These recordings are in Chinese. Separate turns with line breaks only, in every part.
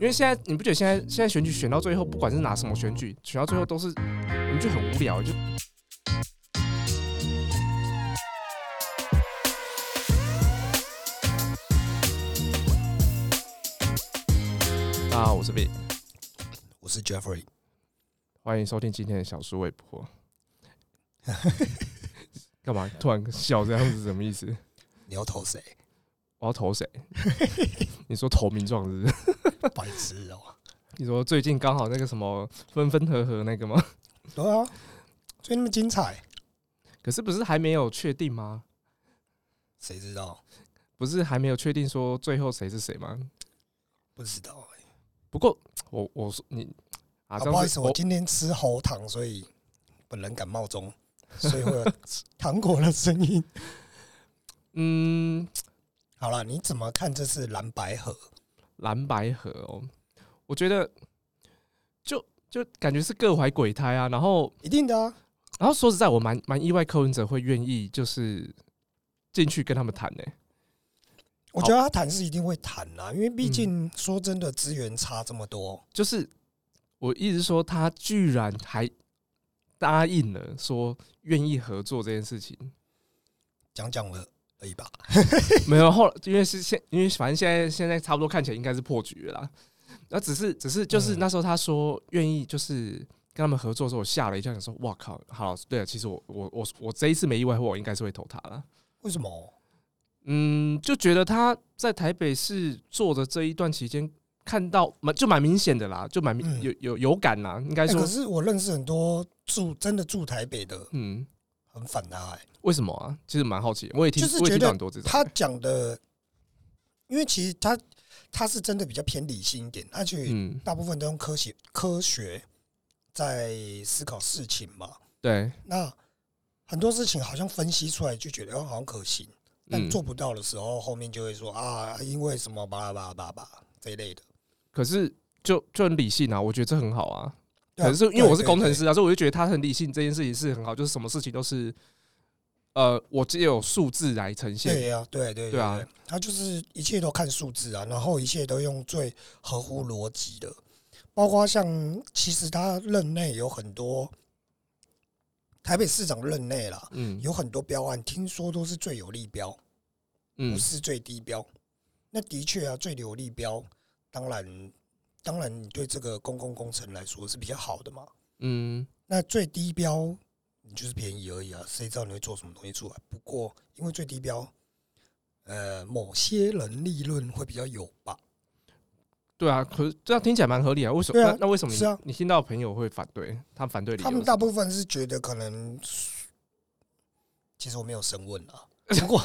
因为现在你不觉得现在现在选举选到最后，不管是拿什么选举，选到最后都是你就很无聊，就大家好，我是 V，
我是 Jeffrey，
欢迎收听今天的小叔微博。 干嘛突然笑这样子？什么意思？
你要投 谁？
我要投谁？ 你说投名状是不是？
白痴哦、
你说最近刚好那个什么分分合合那个吗？
对啊，所以那么精彩，
可是不是还没有确定吗？
谁知道？
不是还没有确定说最后谁是谁吗？
不知道欸、
不过我我说你啊，
啊
这
不好
样
意思，
子
我
我
今天吃喉糖，所以本人感冒中，所以会有糖果的声音。
嗯，
好了，你怎么看这次蓝白河？
蓝白河哦，我觉得就就感觉是各怀鬼胎啊。然后
一定的啊，
然后说实在，我蛮蛮意外柯文哲会愿意就是进去跟他们谈呢、欸
我觉得他谈是一定会谈啦，因为毕竟说真的，资源差这么多，
就是我一直说他居然还答应了说愿意合作这件事情。
讲讲了而已吧。
没有后来，因为是现，因为反正现在现在差不多看起来应该是破局了啦。那只是只是就是
嗯
那时候他说愿意就是跟他们合作的时候，我吓了一跳，想说哇靠，好对了，啊其实我我我我这一次没意外的话，我应该是会投他了。
为什么？
嗯，就觉得他在台北市做的这一段期间，看到蛮就蛮明显的啦，就蛮明、
嗯
有有有感啦，应该
欸
说、
可是我认识很多住真的住台北的，
嗯，
很反他、欸。
为什么啊？其实蛮好奇，我也听、
就是
我也
觉
听
得
到很多这种，
他讲的，因为其实他他是真的比较偏理性一点，而且
嗯，
大部分都用科学科学在思考事情嘛。
对，
那很多事情好像分析出来就觉得哦好像可行，但
嗯，
做不到的时候，后面就会说啊，因为什么巴拉巴拉巴拉巴拉这一类的。
可是就就很理性啊，我觉得这很好啊。
对啊
可是因为我是
对对
工程师啊，所以我就觉得他很理性，这件事情是很好，就是什么事情都是，呃，我只有数字来呈现。
对呀、对对对
对啊，
他就是一切都看数字啊，然后一切都用最合乎逻辑的，包括像其实他任内有很多台北市长任内啦，
嗯
有很多标案，听说都是最有利标，不
嗯，
是最低标。那的确啊，最有利标，当然当然你对这个公共工程来说是比较好的嘛。
嗯，
那最低标你就是便宜而已啊，谁知道你会做什么东西出来？不过因为最低标，呃，某些人利润会比较有吧？
对啊。可是这样听起来蛮合理啊，为什么？
对啊
那那为什么你、
是啊
你听到朋友会反对？他反对理
他
由
们
是什
大
么？
部分是觉得可能，其实我没有深问啊。不过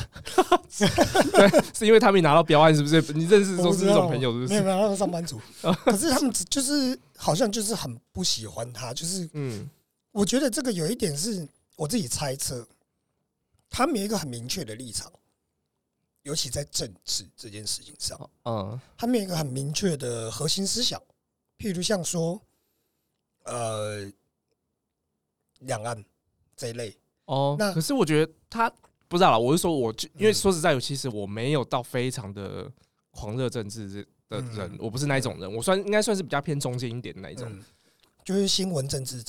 是因为他没拿到标案，是不是？你认识
我
都
不
是
知
这
道
种朋友，是不
没有
是？
没有，他们上 班族。可是他们只就是好像就是很不喜欢他，就是
嗯
我觉得这个有一点是我自己猜测，他们有一个很明确的立场，尤其在政治这件事情上，
嗯
他们有一个很明确的核心思想，譬如像说，呃，两岸这一类，
哦
那。
可是我觉得他不知道啦，我是说我，就因为
嗯
说实在，其实我没有到非常的狂热政治这的人，
嗯
我不是那一种人，我算应该算是比较偏中间一点的那一种。
嗯，就是新闻政治，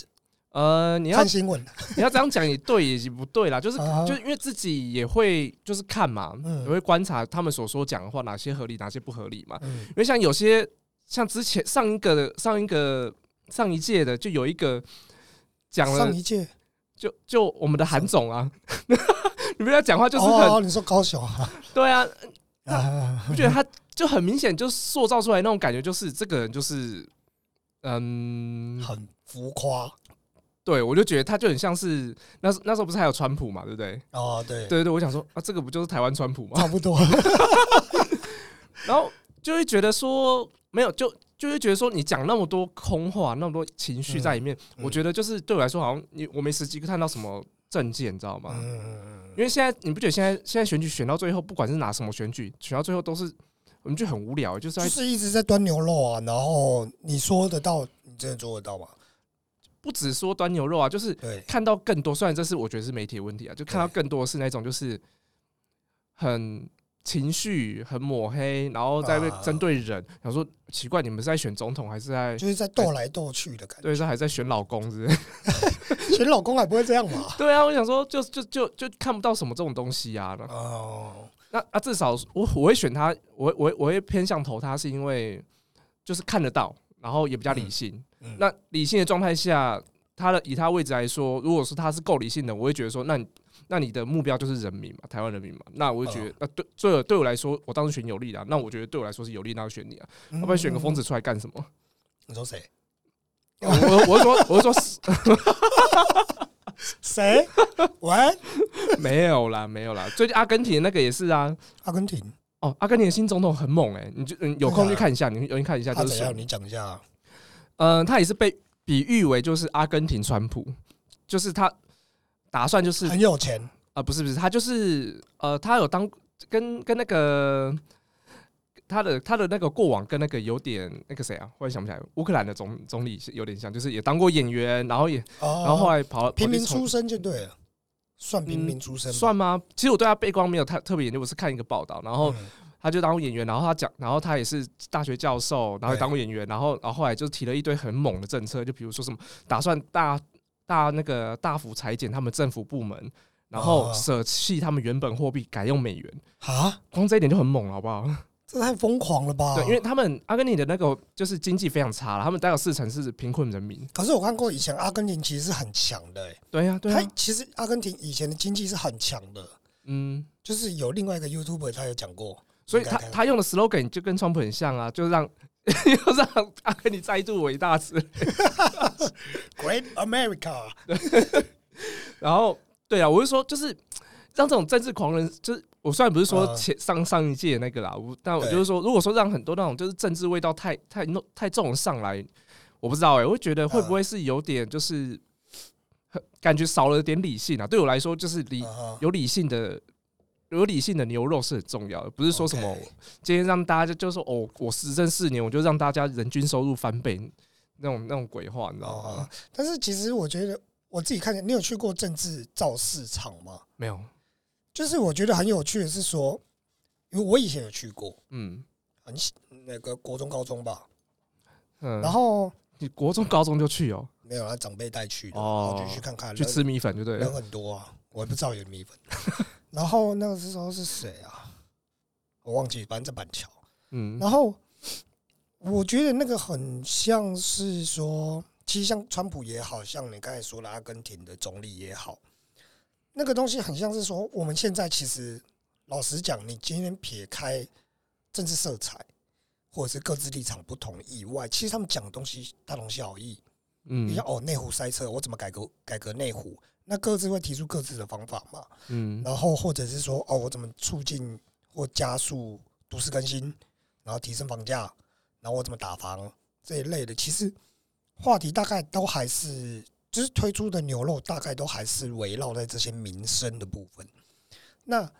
呃，你要
看新闻，
你要这样讲也对，也不对啦，就是
啊
就是因为自己也会就是看嘛，
嗯
也会观察他们所说讲的话哪些合理，哪些不合理嘛。
嗯
因为像有些像之前上一个的上一个上一届的，就有一个讲了
上，一届
就就我们的韩总啊， 你不要讲话就是很、
哦，你说高 雄啊，
对啊，
啊
我觉得他就很明显就塑造出来那种感觉，就是这个人就是嗯，
很浮夸
对我就觉得他就很像是那时那时候不是还有川普嘛，对不对？
哦，对，
对对，我想说啊，这个不就是台湾川普 吗？
差不多，
然后就会觉得说没有，就就会觉得说你讲那么多空话，那么多情绪在里面，
嗯
我觉得就是对我来说，好像你我没实际看到什么证件，你知道吗？
嗯，
因为现在你不觉得现在现在选举选到最后，不管是拿什么选举，选到最后都是我们就很无聊，就是在
就是一直在端牛肉啊，然后你说得到，你真的做得到吗？
不只说端牛肉啊，就是
对，
看到更多。虽然这是我觉得是媒体的问题啊，就看到
对
更多的是那种就是很情绪很抹黑，然后在被
啊
针对人，想说奇怪，你们是在选总统还是在
就是在斗来斗去的感
对，是还在选老公是不是？
觉。选老公还不会这样 嘛？
对啊，我想说就就就就看不到什么这种东西啊。那
哦，
那啊，至少我我会选他，我会我会我会偏向投他，是因为就是看得到，然后也比较理性。
嗯
那理性的状态下，他的以他位置来说，如果说他是够理性的，我会觉得说，那你那你的目标就是人民嘛，台湾人民嘛。那我就觉
啊
得，那、对对我对我来说，我当时选有利的啊、那我觉得对我来说是有利，那我选你啊，
要
要不然选个疯？子出来干什么？
嗯你说谁？
我 哦我我是说我是说
谁？喂，
没有啦，没有啦。最近阿根廷那个也是啊，
阿根廷，
哦，阿根廷的新总统很猛哎、你就嗯有空去看一下，你有空看一下
他
就
怎
是
样？，你啊讲一下。啊
嗯、他也是被比喻为就是阿根廷川普，就是他打算就是
很有钱，
啊，不是不是，他就是呃，他有当跟跟那个他的他的那个过往跟那个有点那个谁啊，忽然想不起来，乌克兰的总总理是有点像，就是也当过演员，然后也
然
然后后来跑
哦平民
出
出身就对了，算平民出身吧，
嗯算吗？其实我对他背光没有太特别研究，我是看一个报道，然后
嗯
他就当过演员，然后他讲，然后他也是大学教授，然后也
对
当过演员，然后然后后来就提了一堆很猛的政策，就比如说什么打算大大那个大幅裁减他们政府部门，然后
哦
舍弃他们原本货币改用美元，
啊，
光这一点就很猛了，好不好？
这太疯狂了吧？
对，因为他们阿根廷的那个就是经济非常差了，他们大概有四成是贫困人民。
可是我看过以前阿根廷其实是很强的、欸，
对啊呀、对呀、
他其实阿根廷以前的经济是很强的，
嗯，啊
就是有另外一个 YouTuber 他有讲过，
所以他
你看看
他用的 slogan 就跟川普很像啊，就 让就让阿根廷再度伟大之类
Great America，
然后，对啊，我是说，就是让这种政治狂人，就是我虽然不是说
嗯
前、上上一届那个啦，我但我
对
就是说，如果说让很多那种就是政治味道太太浓太重的上来，我不知道哎、我会觉得会不会是有点就是、很感觉少了点理性啊？对我来说，就是理、
啊哈
有理性的。有理性的牛肉是很重要的，不是说什么
OK
今天让大家就就说哦，我执政四年，我就让大家人均收入翻倍那种那种鬼话，你知道
哦
吗？
但是其实我觉得我自己看见，你有去过政治造市场吗？
没有，
就是我觉得很有趣的是说，因为我以前有去过，
嗯
很小那个国中、高中吧，
嗯，
然后
你国中、高中就去哦，
没有让长辈带去的，然
哦
后就去看看，
去吃米粉就对
人
了。
很多啊，我也不知道有米粉。 然后那个时候是谁啊？我忘记，反正在板桥。
嗯
然后我觉得那个很像是说，其实像川普也好像你刚才说的阿根廷的总理也好，那个东西很像是说，我们现在其实老实讲，你今天撇开政治色彩或者是各自立场不同以外，其实他们讲的东西大同小异。
嗯
你像哦，内湖塞车，我怎么改革改革内湖？那各自会提出各自的方法嘛。
嗯
然后或者是说哦，我怎么促进或加速都市更新，然后提升房价，然后我怎么打房这一类的，其实话题大概都还是就是推出的牛肉，大概都还是围绕在这些民生的部分。那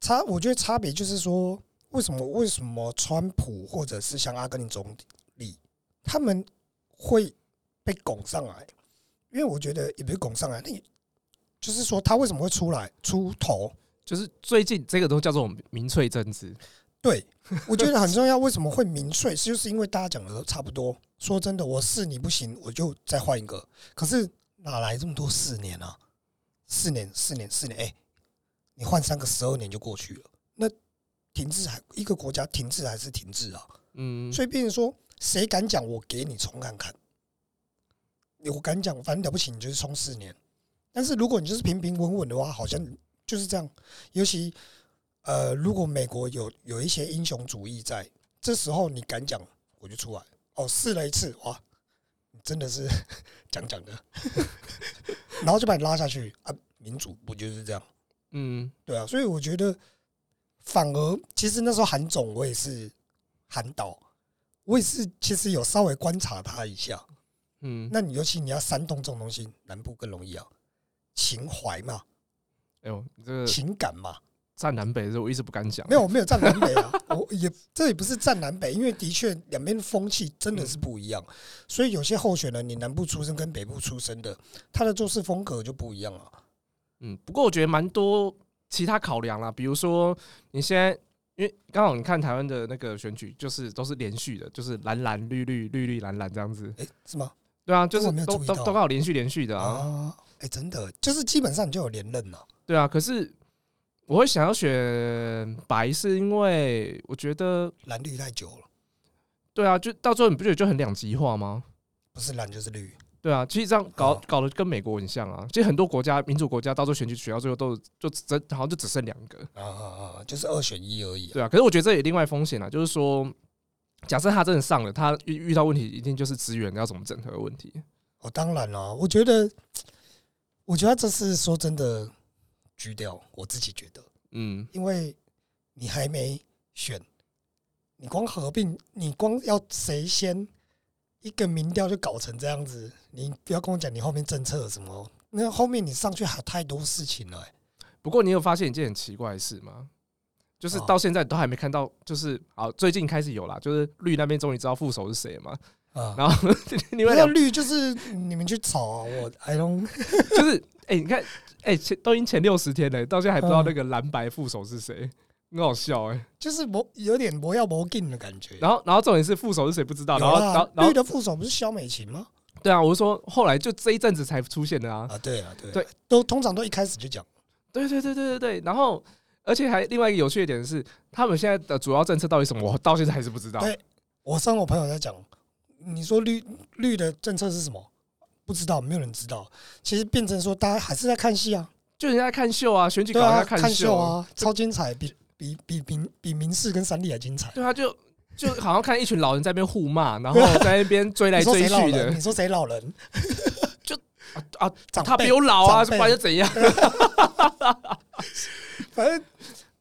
差，我觉得差别就是说，为什么为什么川普或者是像阿根廷总理，他们会被拱上来？因为我觉得也不是拱上来，那就是说他为什么会出来出头？
就是最近这个都叫做民粹政治。
对 我觉得很重要。为什么会民粹？就是因为大家讲的都差不多。说真的，我试你不行，我就再换一个。可是哪来这么多四年啊？四年，四年，四年，哎、你换三个十二年就过去了。那停滞还一个国家停滞还是停滞啊？
嗯，
所以变成说，谁敢讲我给你冲看看？我敢讲，反正了不起，你就是冲四年。但是如果你就是平平稳稳的话，好像就是这样。尤其呃，如果美国有有一些英雄主义在，这时候你敢讲，我就出来。哦，试了一次，哇，你真的是 讲讲的， 然后就把你拉下去啊！民主不就是这样？
嗯
对啊，所以我觉得反而其实那时候韩总我也是韩导，我也是其实有稍微观察他一下。
嗯，
那你尤其你要煽动这种东西，南部更容易啊，情怀嘛，
哎呦，你这个
情感嘛。
站南北的，我一直不敢讲。
没有，我没有站南北啊，我也这也不是站南北，因为的确两边的风气真的是不一样，所以有些候选人，你南部出身跟北部出身的，他的做事风格就不一样啊。
嗯，不过我觉得蛮多其他考量啦，比如说你现在因为刚好你看台湾的那个选举，就是都是连续的，就是蓝蓝绿绿绿绿蓝蓝这样子。
哎、是吗？
对啊，就
我
是
没有
都
注意
都
到
都刚好连续连续的啊。
啊，哎、真的，就是基本上你就有连任嘛。
对啊，可是我会想要选白，是因为我觉得，
蓝绿太久了，
对啊，就到最后你不觉得就很两极化吗？
不是蓝就是绿。
对啊，其实这样搞
好
搞得跟美国很像啊。其实很多国家民主国家到时候选举选到最后都就只好像就只剩两个。
啊啊啊！就是二选一而已、啊。
对啊，可是我觉得这也另外风险啊，就是说，假设他真的上了，他遇遇到问题一定就是资源要怎么整合的问题。
哦，当然啦、我觉得，我觉得这次说真的，狙掉我自己觉得，
嗯，
因为你还没选，你光合并，你光要谁先一个民调就搞成这样子，你不要跟我讲你后面政策有什么，那后面你上去还有太多事情了、欸
不过你有发现一件很奇怪的事吗？就是
哦
到现在都还没看到，就是啊，最近开始有啦，就是绿那边终于知道副手是谁了嘛。
啊。
然 后另外
那
两
绿就是你们去吵啊，我 I don't
就是，哎、你看，哎、前都已经前六十天了，到现在还不知道
嗯
那个蓝白副手是谁，很好笑哎、
就是我有点我要我劲的感觉。
然后，然后重点是副手是谁不知道，然
有
后，
啦
然后，然后
绿，的副手不是肖美琴吗？
对啊，我是说后来就这一阵子才出现的啊。
啊，对啊，对啊
对，
都通常都一开始就讲，
对对对对对对，然后而且还另外一个有趣的点是，他们现在的主要政策到底什么，我到现在还是不知道。
对我上我朋友在讲，你说绿绿的政策是什么？不知道，没有人知道。其实变成说，大家还是在看戏啊，
就人家在看秀啊，选举
对
搞
啊，
人家
看
秀，
啊，超精彩，比比比比比民视跟三立还精彩。
对啊，就就好像看一群老人在那边互骂，然后在那边 追来
啊你说
追
谁老
去
人？
的
你说谁老人？
啊，
长
他比
辈
我老啊，
长
不然
辈
又 怎样？
反正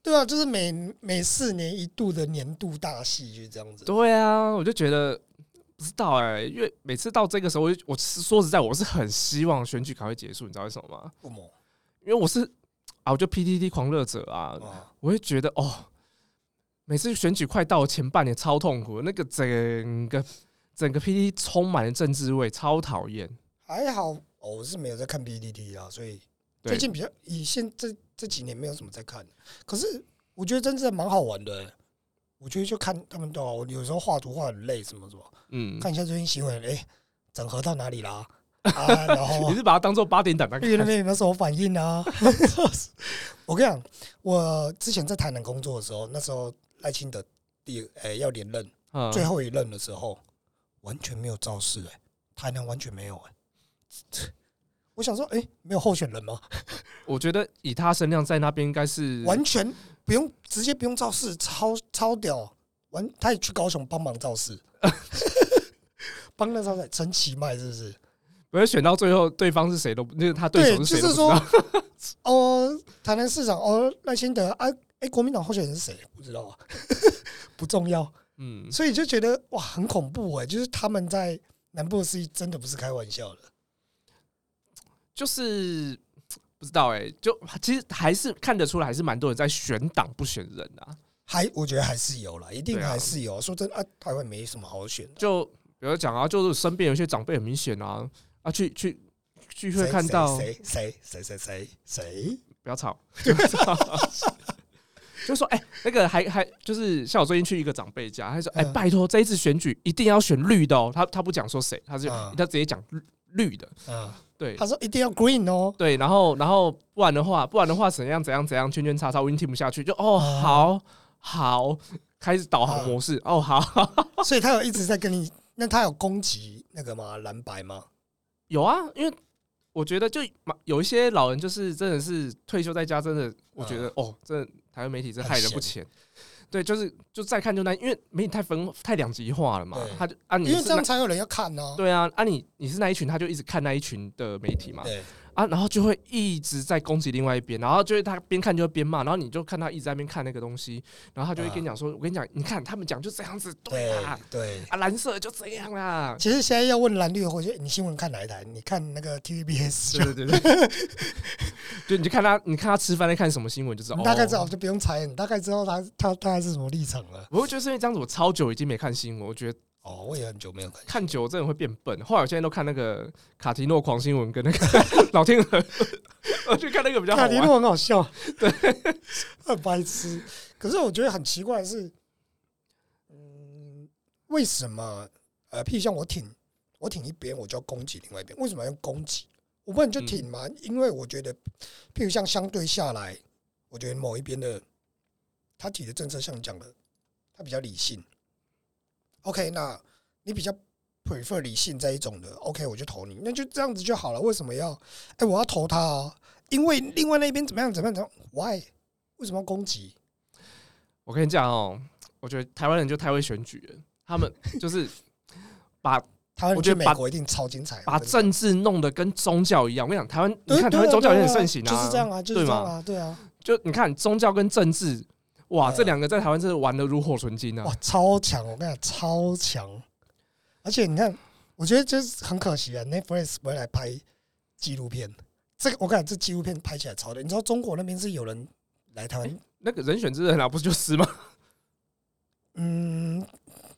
对啊，就是每每四年一度的年度大戏就这样子。
对啊，我就觉得不知道哎、因为每次到这个时候，我就我是说实在，我是很希望选举赶快结束，你知道为什么吗？
不猛
因为我是啊，我就 PTT 狂热者啊，
啊，
我会觉得哦，每次选举快到的前半年超痛苦，那个整个整个 PPT 充满了政治味，超讨厌。
还好哦，我是没有在看 PPT 啊，所以
对
最近比较以现这这几年没有什么在看，可是我觉得真的蛮好玩的欸、我觉得就看他们的、我有时候画图画很累，什么什么，
嗯，
看一下最近新闻，哎、整合到哪里 啦？啊，然后
你是把它当做八点档在
绿那
看？
边有没有什么反应啊？ 我跟你讲，我之前在台南工作的时候，那时候赖清德第哎、要连任，
嗯，
最后一任的时候，完全没有造势哎、台南完全没有哎、 我想说，哎、没有候选人吗？
我觉得以他声量在那边应该是
完全不用，直接不用造势，超超屌！完，他也去高雄帮忙造势， 帮那造势陈其迈是不是？
不会选到最后，对方是谁都不就是他手
对，就
谁
是是
都
说
不知道。，
哦，台南市长哦赖清德啊，哎、国民党候选人是谁？不知道啊， 不重要。
嗯，
所以就觉得哇，很恐怖哎、就是他们在南部的事情真的不是开玩笑的。
就是不知道哎、就其实还是看得出来，还是蛮多人在选党不选人啊。
还我觉得还是有啦，一定
对啊
还是有。说真的啊，台湾没什么好选的。
就比如讲啊，就是身边有些长辈很明显啊啊，去去去会
谁
看到
谁谁谁谁谁谁
不要吵， 就说哎、那个还还就是像我最近去一个长辈家，他说哎、
嗯
拜托这一次选举一定要选绿的哦，他他不讲说谁，他是、
嗯
他直接讲绿绿的，
啊？
对
他说一定要 green 哦，
对，然后然后不然的话不然的话怎样怎样怎样圈圈叉叉我已经听不下去，就哦
嗯
好好开始导航模式，哦好
所以他有一直在跟你，那他有攻击那个吗？蓝白吗？
有啊，因为。我觉得就有一些老人，就是真的是退休在家，真的，我觉得、
嗯
哦，真的台湾媒体真害人不浅。对，就是就再看就难，因为媒体太分太两极化了嘛
对。
他就啊，你
因为
是
这样才有人要看呢、
那对啊，啊你你是那一群，他就一直看那一群的媒体嘛。
对，
啊，然后就会一直在攻击另外一边，然后就是他边看就会边骂，然后你就看他一直在那边看那个东西，然后他就会跟你讲说：“我跟你讲，你看他们讲就这样子，对啦，
嗯对对。
啊，蓝色就这样啦。”
其实现在要问蓝绿，或者你新闻看哪一台？你看那个 TVBS 就
对对对 对，就你就看他，你看他吃饭在看什么新闻，就知道。
你大概知道，
哦
就不用猜，你大概知道他他大概是什么立场了。
我会觉得是因为这样子，我超久已经没看新闻，我觉得
哦，我也很久没有看。
看久了真的会变笨。后来我现在都看那个卡提诺狂新闻跟那个 老天鹅，我去看那个比较好
卡迪
玩。
诺很好笑，对，很白痴。可是我觉得很奇怪的是，嗯，为什么呃，譬如像我挺我挺一边，我就要攻击另外一边，为什么要用攻击？我不然就挺嘛，
嗯
因为我觉得，譬如像相对下来，我觉得某一边的他提的政策，像你讲的，他比较理性。OK，那你比较 prefer 理性这一种的，OK，我就投你，那就这样子就好了。为什么要？哎、我要投他啊，因为另外那边怎么样怎么样怎么样，why？为什么要攻击？
我跟你讲哦，我觉得台湾人就太会选举了，他们就是把
台湾人
我觉
去
得
美
把
国一定超精彩啊，
把
真的
政治弄得跟宗教一样。我跟你讲，台湾，
对
你看台湾
嗯对
宗教有
对
点盛行啊，
就是这样啊，就是
对
这
嘛
样啊，对啊，
就你看宗教跟政治，哇，
对啊
这两个在台湾真的玩的如火纯青啊
哇！，超强！我跟你讲，超强！而且你看，我觉得就是很可惜啊，Netflix 不会来拍纪录片。这个我跟你讲，这纪录片拍起来超累。你知道中国那边是有人来台湾，
那个人选之人啊，不是就是吗？
嗯，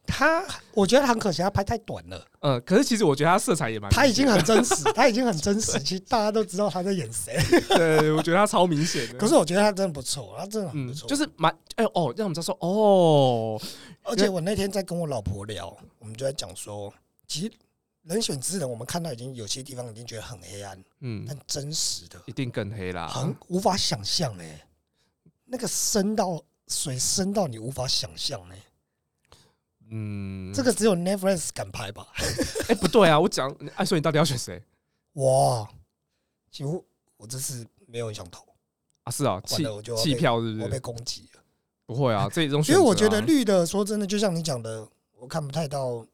他我觉得很可惜，他拍太短了。
嗯，可是其实我觉得他色彩也蛮明显的，
他已经很真实，他已经很真实，其实大家都知道他在演谁。
对，我觉得他超明显的。
可是我觉得他真的不错，他真的
嗯，
很不错。
就是蛮哎呦哦，让我们知道说哦，
而且我那天在跟我老婆聊，我们就在讲说，其实《人选之人》我们看到已经有些地方已经觉得很黑暗，
嗯，啊
但真实的
一定更黑啦。
很无法想象哎、那个深到水深到你无法想象哎、
嗯，
这个只有 Netflix 敢拍吧？
哎、不对啊，我讲，哎，所以你到底要选谁
哇，几乎我这次没有人想投，
啊？是啊，
完
弃
了我就要被
弃票是
我
不
被
是？
攻击了。
不会 啊，这种
因
选
为
择啊、
我觉得绿的，说真的，就像你讲的，我看不太到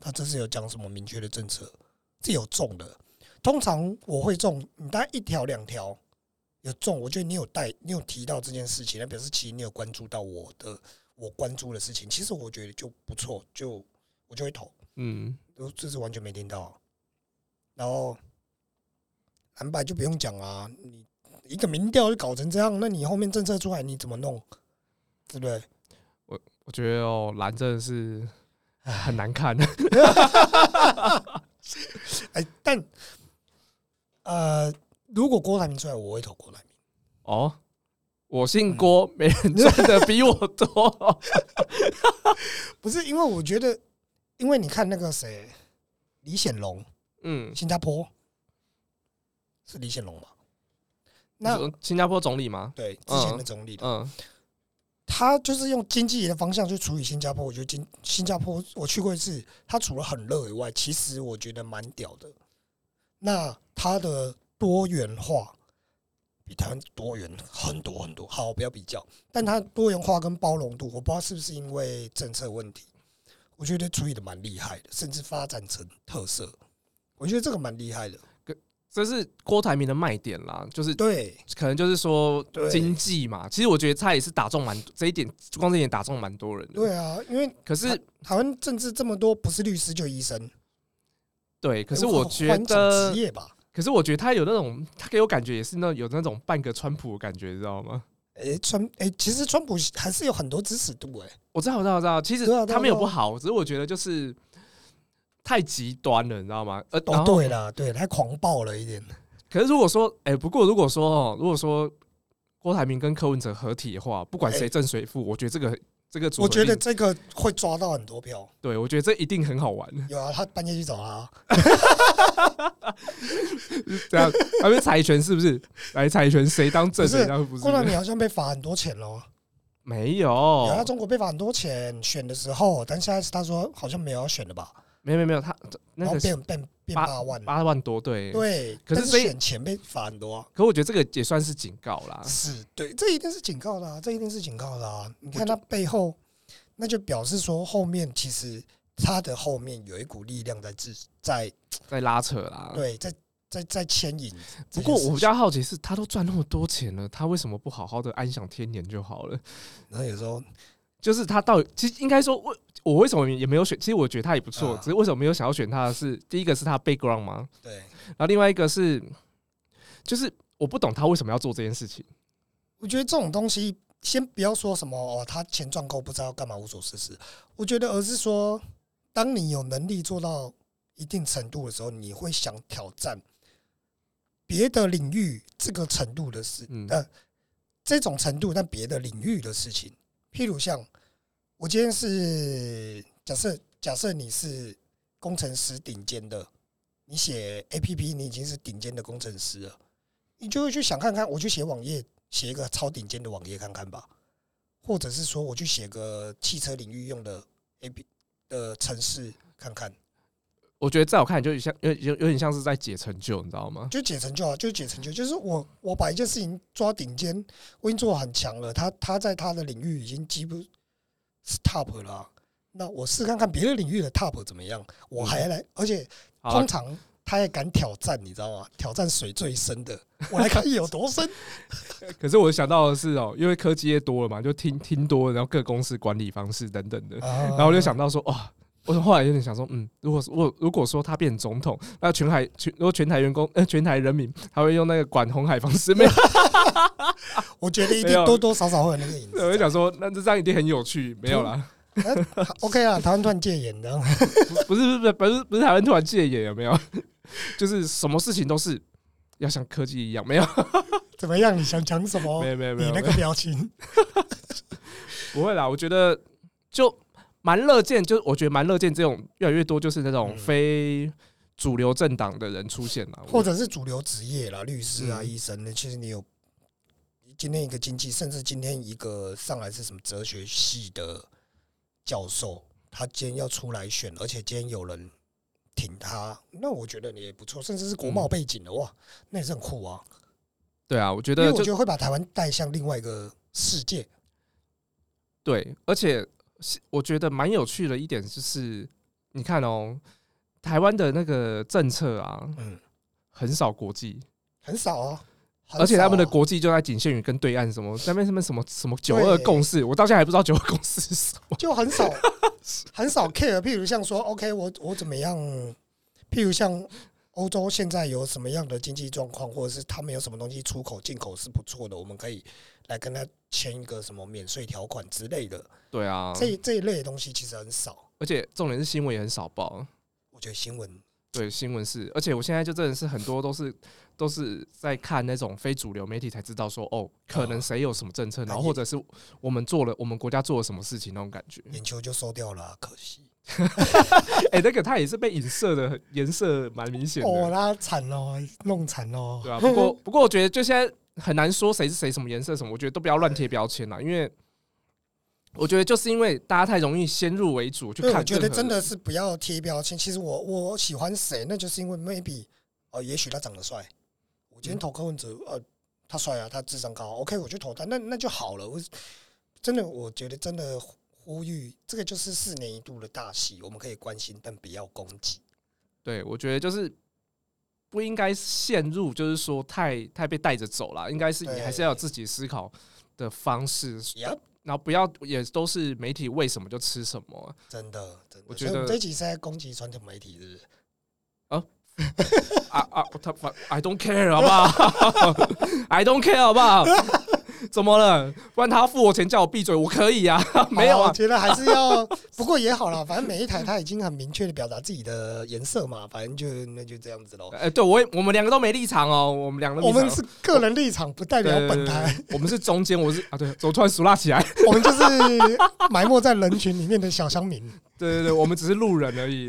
他这次有讲什么明确的政策，这有中的。通常我会中，你大概一条两条有中，我觉得你有带，你有提到这件事情，那表示其实你有关注到我的我关注的事情。其实我觉得就不错，就我就会投。
嗯，
我这次完全没听到。然后蓝白就不用讲啊，你一个民调就搞成这样，那你后面政策出来你怎么弄？对不对？
我觉得哦，蓝真的是很难看。
哎，但呃，如果郭台铭出来，我会投郭台铭。
哦，我姓郭，
嗯
没人赚的比我 多。
不是因为我觉得，因为你看那个谁，李显龙，
嗯，
新加坡是李显龙嘛？
那
那
新加坡总理吗？
对之前的总理，
嗯
他就是用经济的方向去处理新加坡。我觉得新新加坡我去过一次，它除了很热以外，其实我觉得蛮屌的。那它的多元化比台湾多元很多很多。好，不要比较，但它多元化跟包容度，我不知道是不是因为政策问题，我觉得处理的蛮厉害的，甚至发展成特色。我觉得这个蛮厉害的。
这是郭台铭的卖点啦，就是
对，
可能就是说
对
经济嘛。其实我觉得他也是打中蛮这一点，光这一点打中蛮多人的。
对啊，因为
可是
台湾政治这么多，不是律师就医生。
对，可是
哎
我
换
觉
换一种
得
职，业吧，
可是我觉得他有那种，他给我感觉也是那有那种半个川普的感觉，你知道吗？
诶、川诶、其实川普还是有很多支持度诶、
我知道，我知道，我知道。其实
对啊对啊
他没有
对啊
不好，只是我觉得就是太极端了，你知道吗？呃，然
哦，
后
对啦，对，他狂暴了一点。
可是如果说，哎、不过如果说哦，如果说郭台铭跟柯文哲合体的话，不管谁
哎
胜谁负，我觉得这个这个组合
我
一定，
觉得这个会抓到很多票。
对，我觉得这一定很好玩。
有啊，他半夜去找他，
这样，还没啊猜拳是不是？来猜拳，谁当正，
不是
谁当不是哦
郭？台铭好像被罚很多钱咯。
没
有啊，
有
他，中国被罚很多钱，选的时候，但现在是他说好像没有要选的吧，
没有没有没有，他那
然后
个
变变变八万。
八万多，对。
对，
可是
但
这
选前被罚很多啊、
可我觉得这个也算是警告啦。
是对，这一定是警告的、啊，这一定是警告的、啊。你看他背后，那就表示说后面其实他的后面有一股力量在支在
在拉扯啦。
对，在在在牵引。
啊不过我比，较好奇是，他都赚那么多钱了，他为什么不好好的安享天年就好了？
然后有时候
就是他到底，其实应该说，我我为什么也没有选？其实我觉得他也不错，
啊
只是为什么没有想要选他的是，第一个是他 background 嘛，
对，
然后另外一个是，就是我不懂他为什么要做这件事情。
我觉得这种东西，先不要说什么哦，他钱赚够不知道干嘛无所事事。我觉得而是说，当你有能力做到一定程度的时候，你会想挑战别的领域这个程度的事，
嗯
呃，这种程度但别的领域的事情。譬如像我今天是假设假设你是工程师顶尖的，你写 APP 你已经是顶尖的工程师了，你就会去想看看，我去写网页，写一个超顶尖的网页看看吧，或者是说我去写个汽车领域用的 A P 的城市看看，
我觉得在我看来就像有有有点像是在解成就，你知道吗？
就解成就啊，就解成就，就是我我把一件事情抓顶尖，我已经做得很强了，他他在他的领域已经几乎是 top 了啊、那我试看看别的领域的 top 怎么样，我还来，而且
嗯好啊
通，常他也敢挑战，你知道吗？挑战水最深的，我来看有多深。
可是我想到的是哦、因为科技业多了嘛，就听听多了，然后各公司管理方式等等的，
然
然后我就想到说，哇，我后来有点想说，嗯，如果是我如果说他变总统，那全台全如果全台员工呃全台人民，他会用那个管红海方式，没有？
我觉得一定
没有
多多少少会有那个影
我就
子。
想说，那这样一定很有趣，没有啦，
OK 啊，台湾突然戒严这样，
不是不是不是不是台湾突然戒严有没有？ 就是什么事情都是要像科技一样，没有
怎么样？你想讲什么
没？有没有没
你
有，
那
没
个
有
表情，
不会啦，我觉得就蛮乐见，就是我觉得蛮乐见这种越来越多就是那种
嗯
非主流政党的人出现了，我
或者是主流职业啦，律师啊、
嗯
医生呢？其实你有今天一个经济，甚至今天一个上来是什么哲学系的教授，他今天要出来选，而且今天有人挺他，那我觉得你也不错，甚至是国贸背景的哇，那也是很酷啊。
嗯对啊，我觉
因为
得
我
就
觉得会把台湾带向另外一个世界。
对，而且是我觉得蛮有趣的一点就是，你看哦，台湾的那个政策啊，
嗯，
很少国际，
很少啊，很
而且他们的
少啊
国际就在仅限于跟对岸什么那边什么什么什么九二
对
共识，我到现在还不知道九二共识是什么。
就很少很少 care。譬如像说，OK，我我怎么样？譬如像欧洲现在有什么样的经济状况，或者是他们有什么东西出口进口是不错的，我们可以来跟他签一个什么免税条款之类的。
对啊，
这这一类的东西其实很少，
而且重点是新闻也很少报。
我觉得新闻
对，新闻是，而且我现在就真的是很多都是都是在看那种非主流媒体才知道说，哦，可
嗯
能谁有什么政策，
哎
然后或者是我们做了我们国家做了什么事情那种感觉。
眼球就收掉了啊，可惜。
哎、那个它也是被影射的，颜色蛮明显
哦，
的，
那惨哦，弄惨哦。
对啊，不过不过我觉得就现在很难说谁是谁什么颜色什么，我觉得都不要乱贴标签啦，因为我觉得就是因为大家太容易先入为主去
对，
看，
我觉得真的是不要贴标签。其实我我喜欢谁，那就是因为 maybe 哦，也许他长得帅。我
嗯
今天投柯文哲，呃，他帅啊，他智商高，OK，我就投他，那那就好了。我真的，我觉得真的呼吁，这个就是四年一度的大戏，我们可以关心，但不要攻击。
对，我觉得就是不应该陷入，就是说太太被带着走了，应该是你还是要有自己思考的方式，
Yep，
然后不要也都是媒体喂什么就吃什么
真的，真的。
我
所
觉
以
得
我们这一集是在攻击传统媒体，是不是？
啊啊！他 I don't care 好不 好？I don't care 好不好？怎么了？不然他要付我钱叫我闭嘴，我可以啊， 没有
好我
啊。
觉得还是要，不过也好啦，反正每一台他已经很明确的表达自己的颜色嘛，反正就那就这样子喽。
哎、对我也我们两个都没立场哦，我们两个都
我
没立场
们是个人立场，不代表本
对对
台。，
对对对我们是中间，我是啊，对，我突然熟辣起来，
我们就是埋没在人群里面的小乡民。
对对对，我们只是路人而已。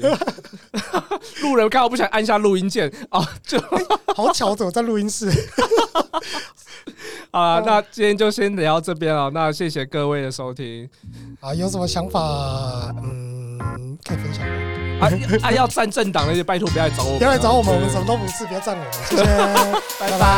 路人刚好不想按下录音键啊，就
好巧，走在录音室。
啊，那今天就先聊到这边啊，那谢谢各位的收听
啊，有什么想法？嗯，可以分享吗？
啊啊，要站政党那些拜托不要来找我们啊，
不要来找我们，我们什么都不是，不要赞我们，谢谢，
拜
拜
拜。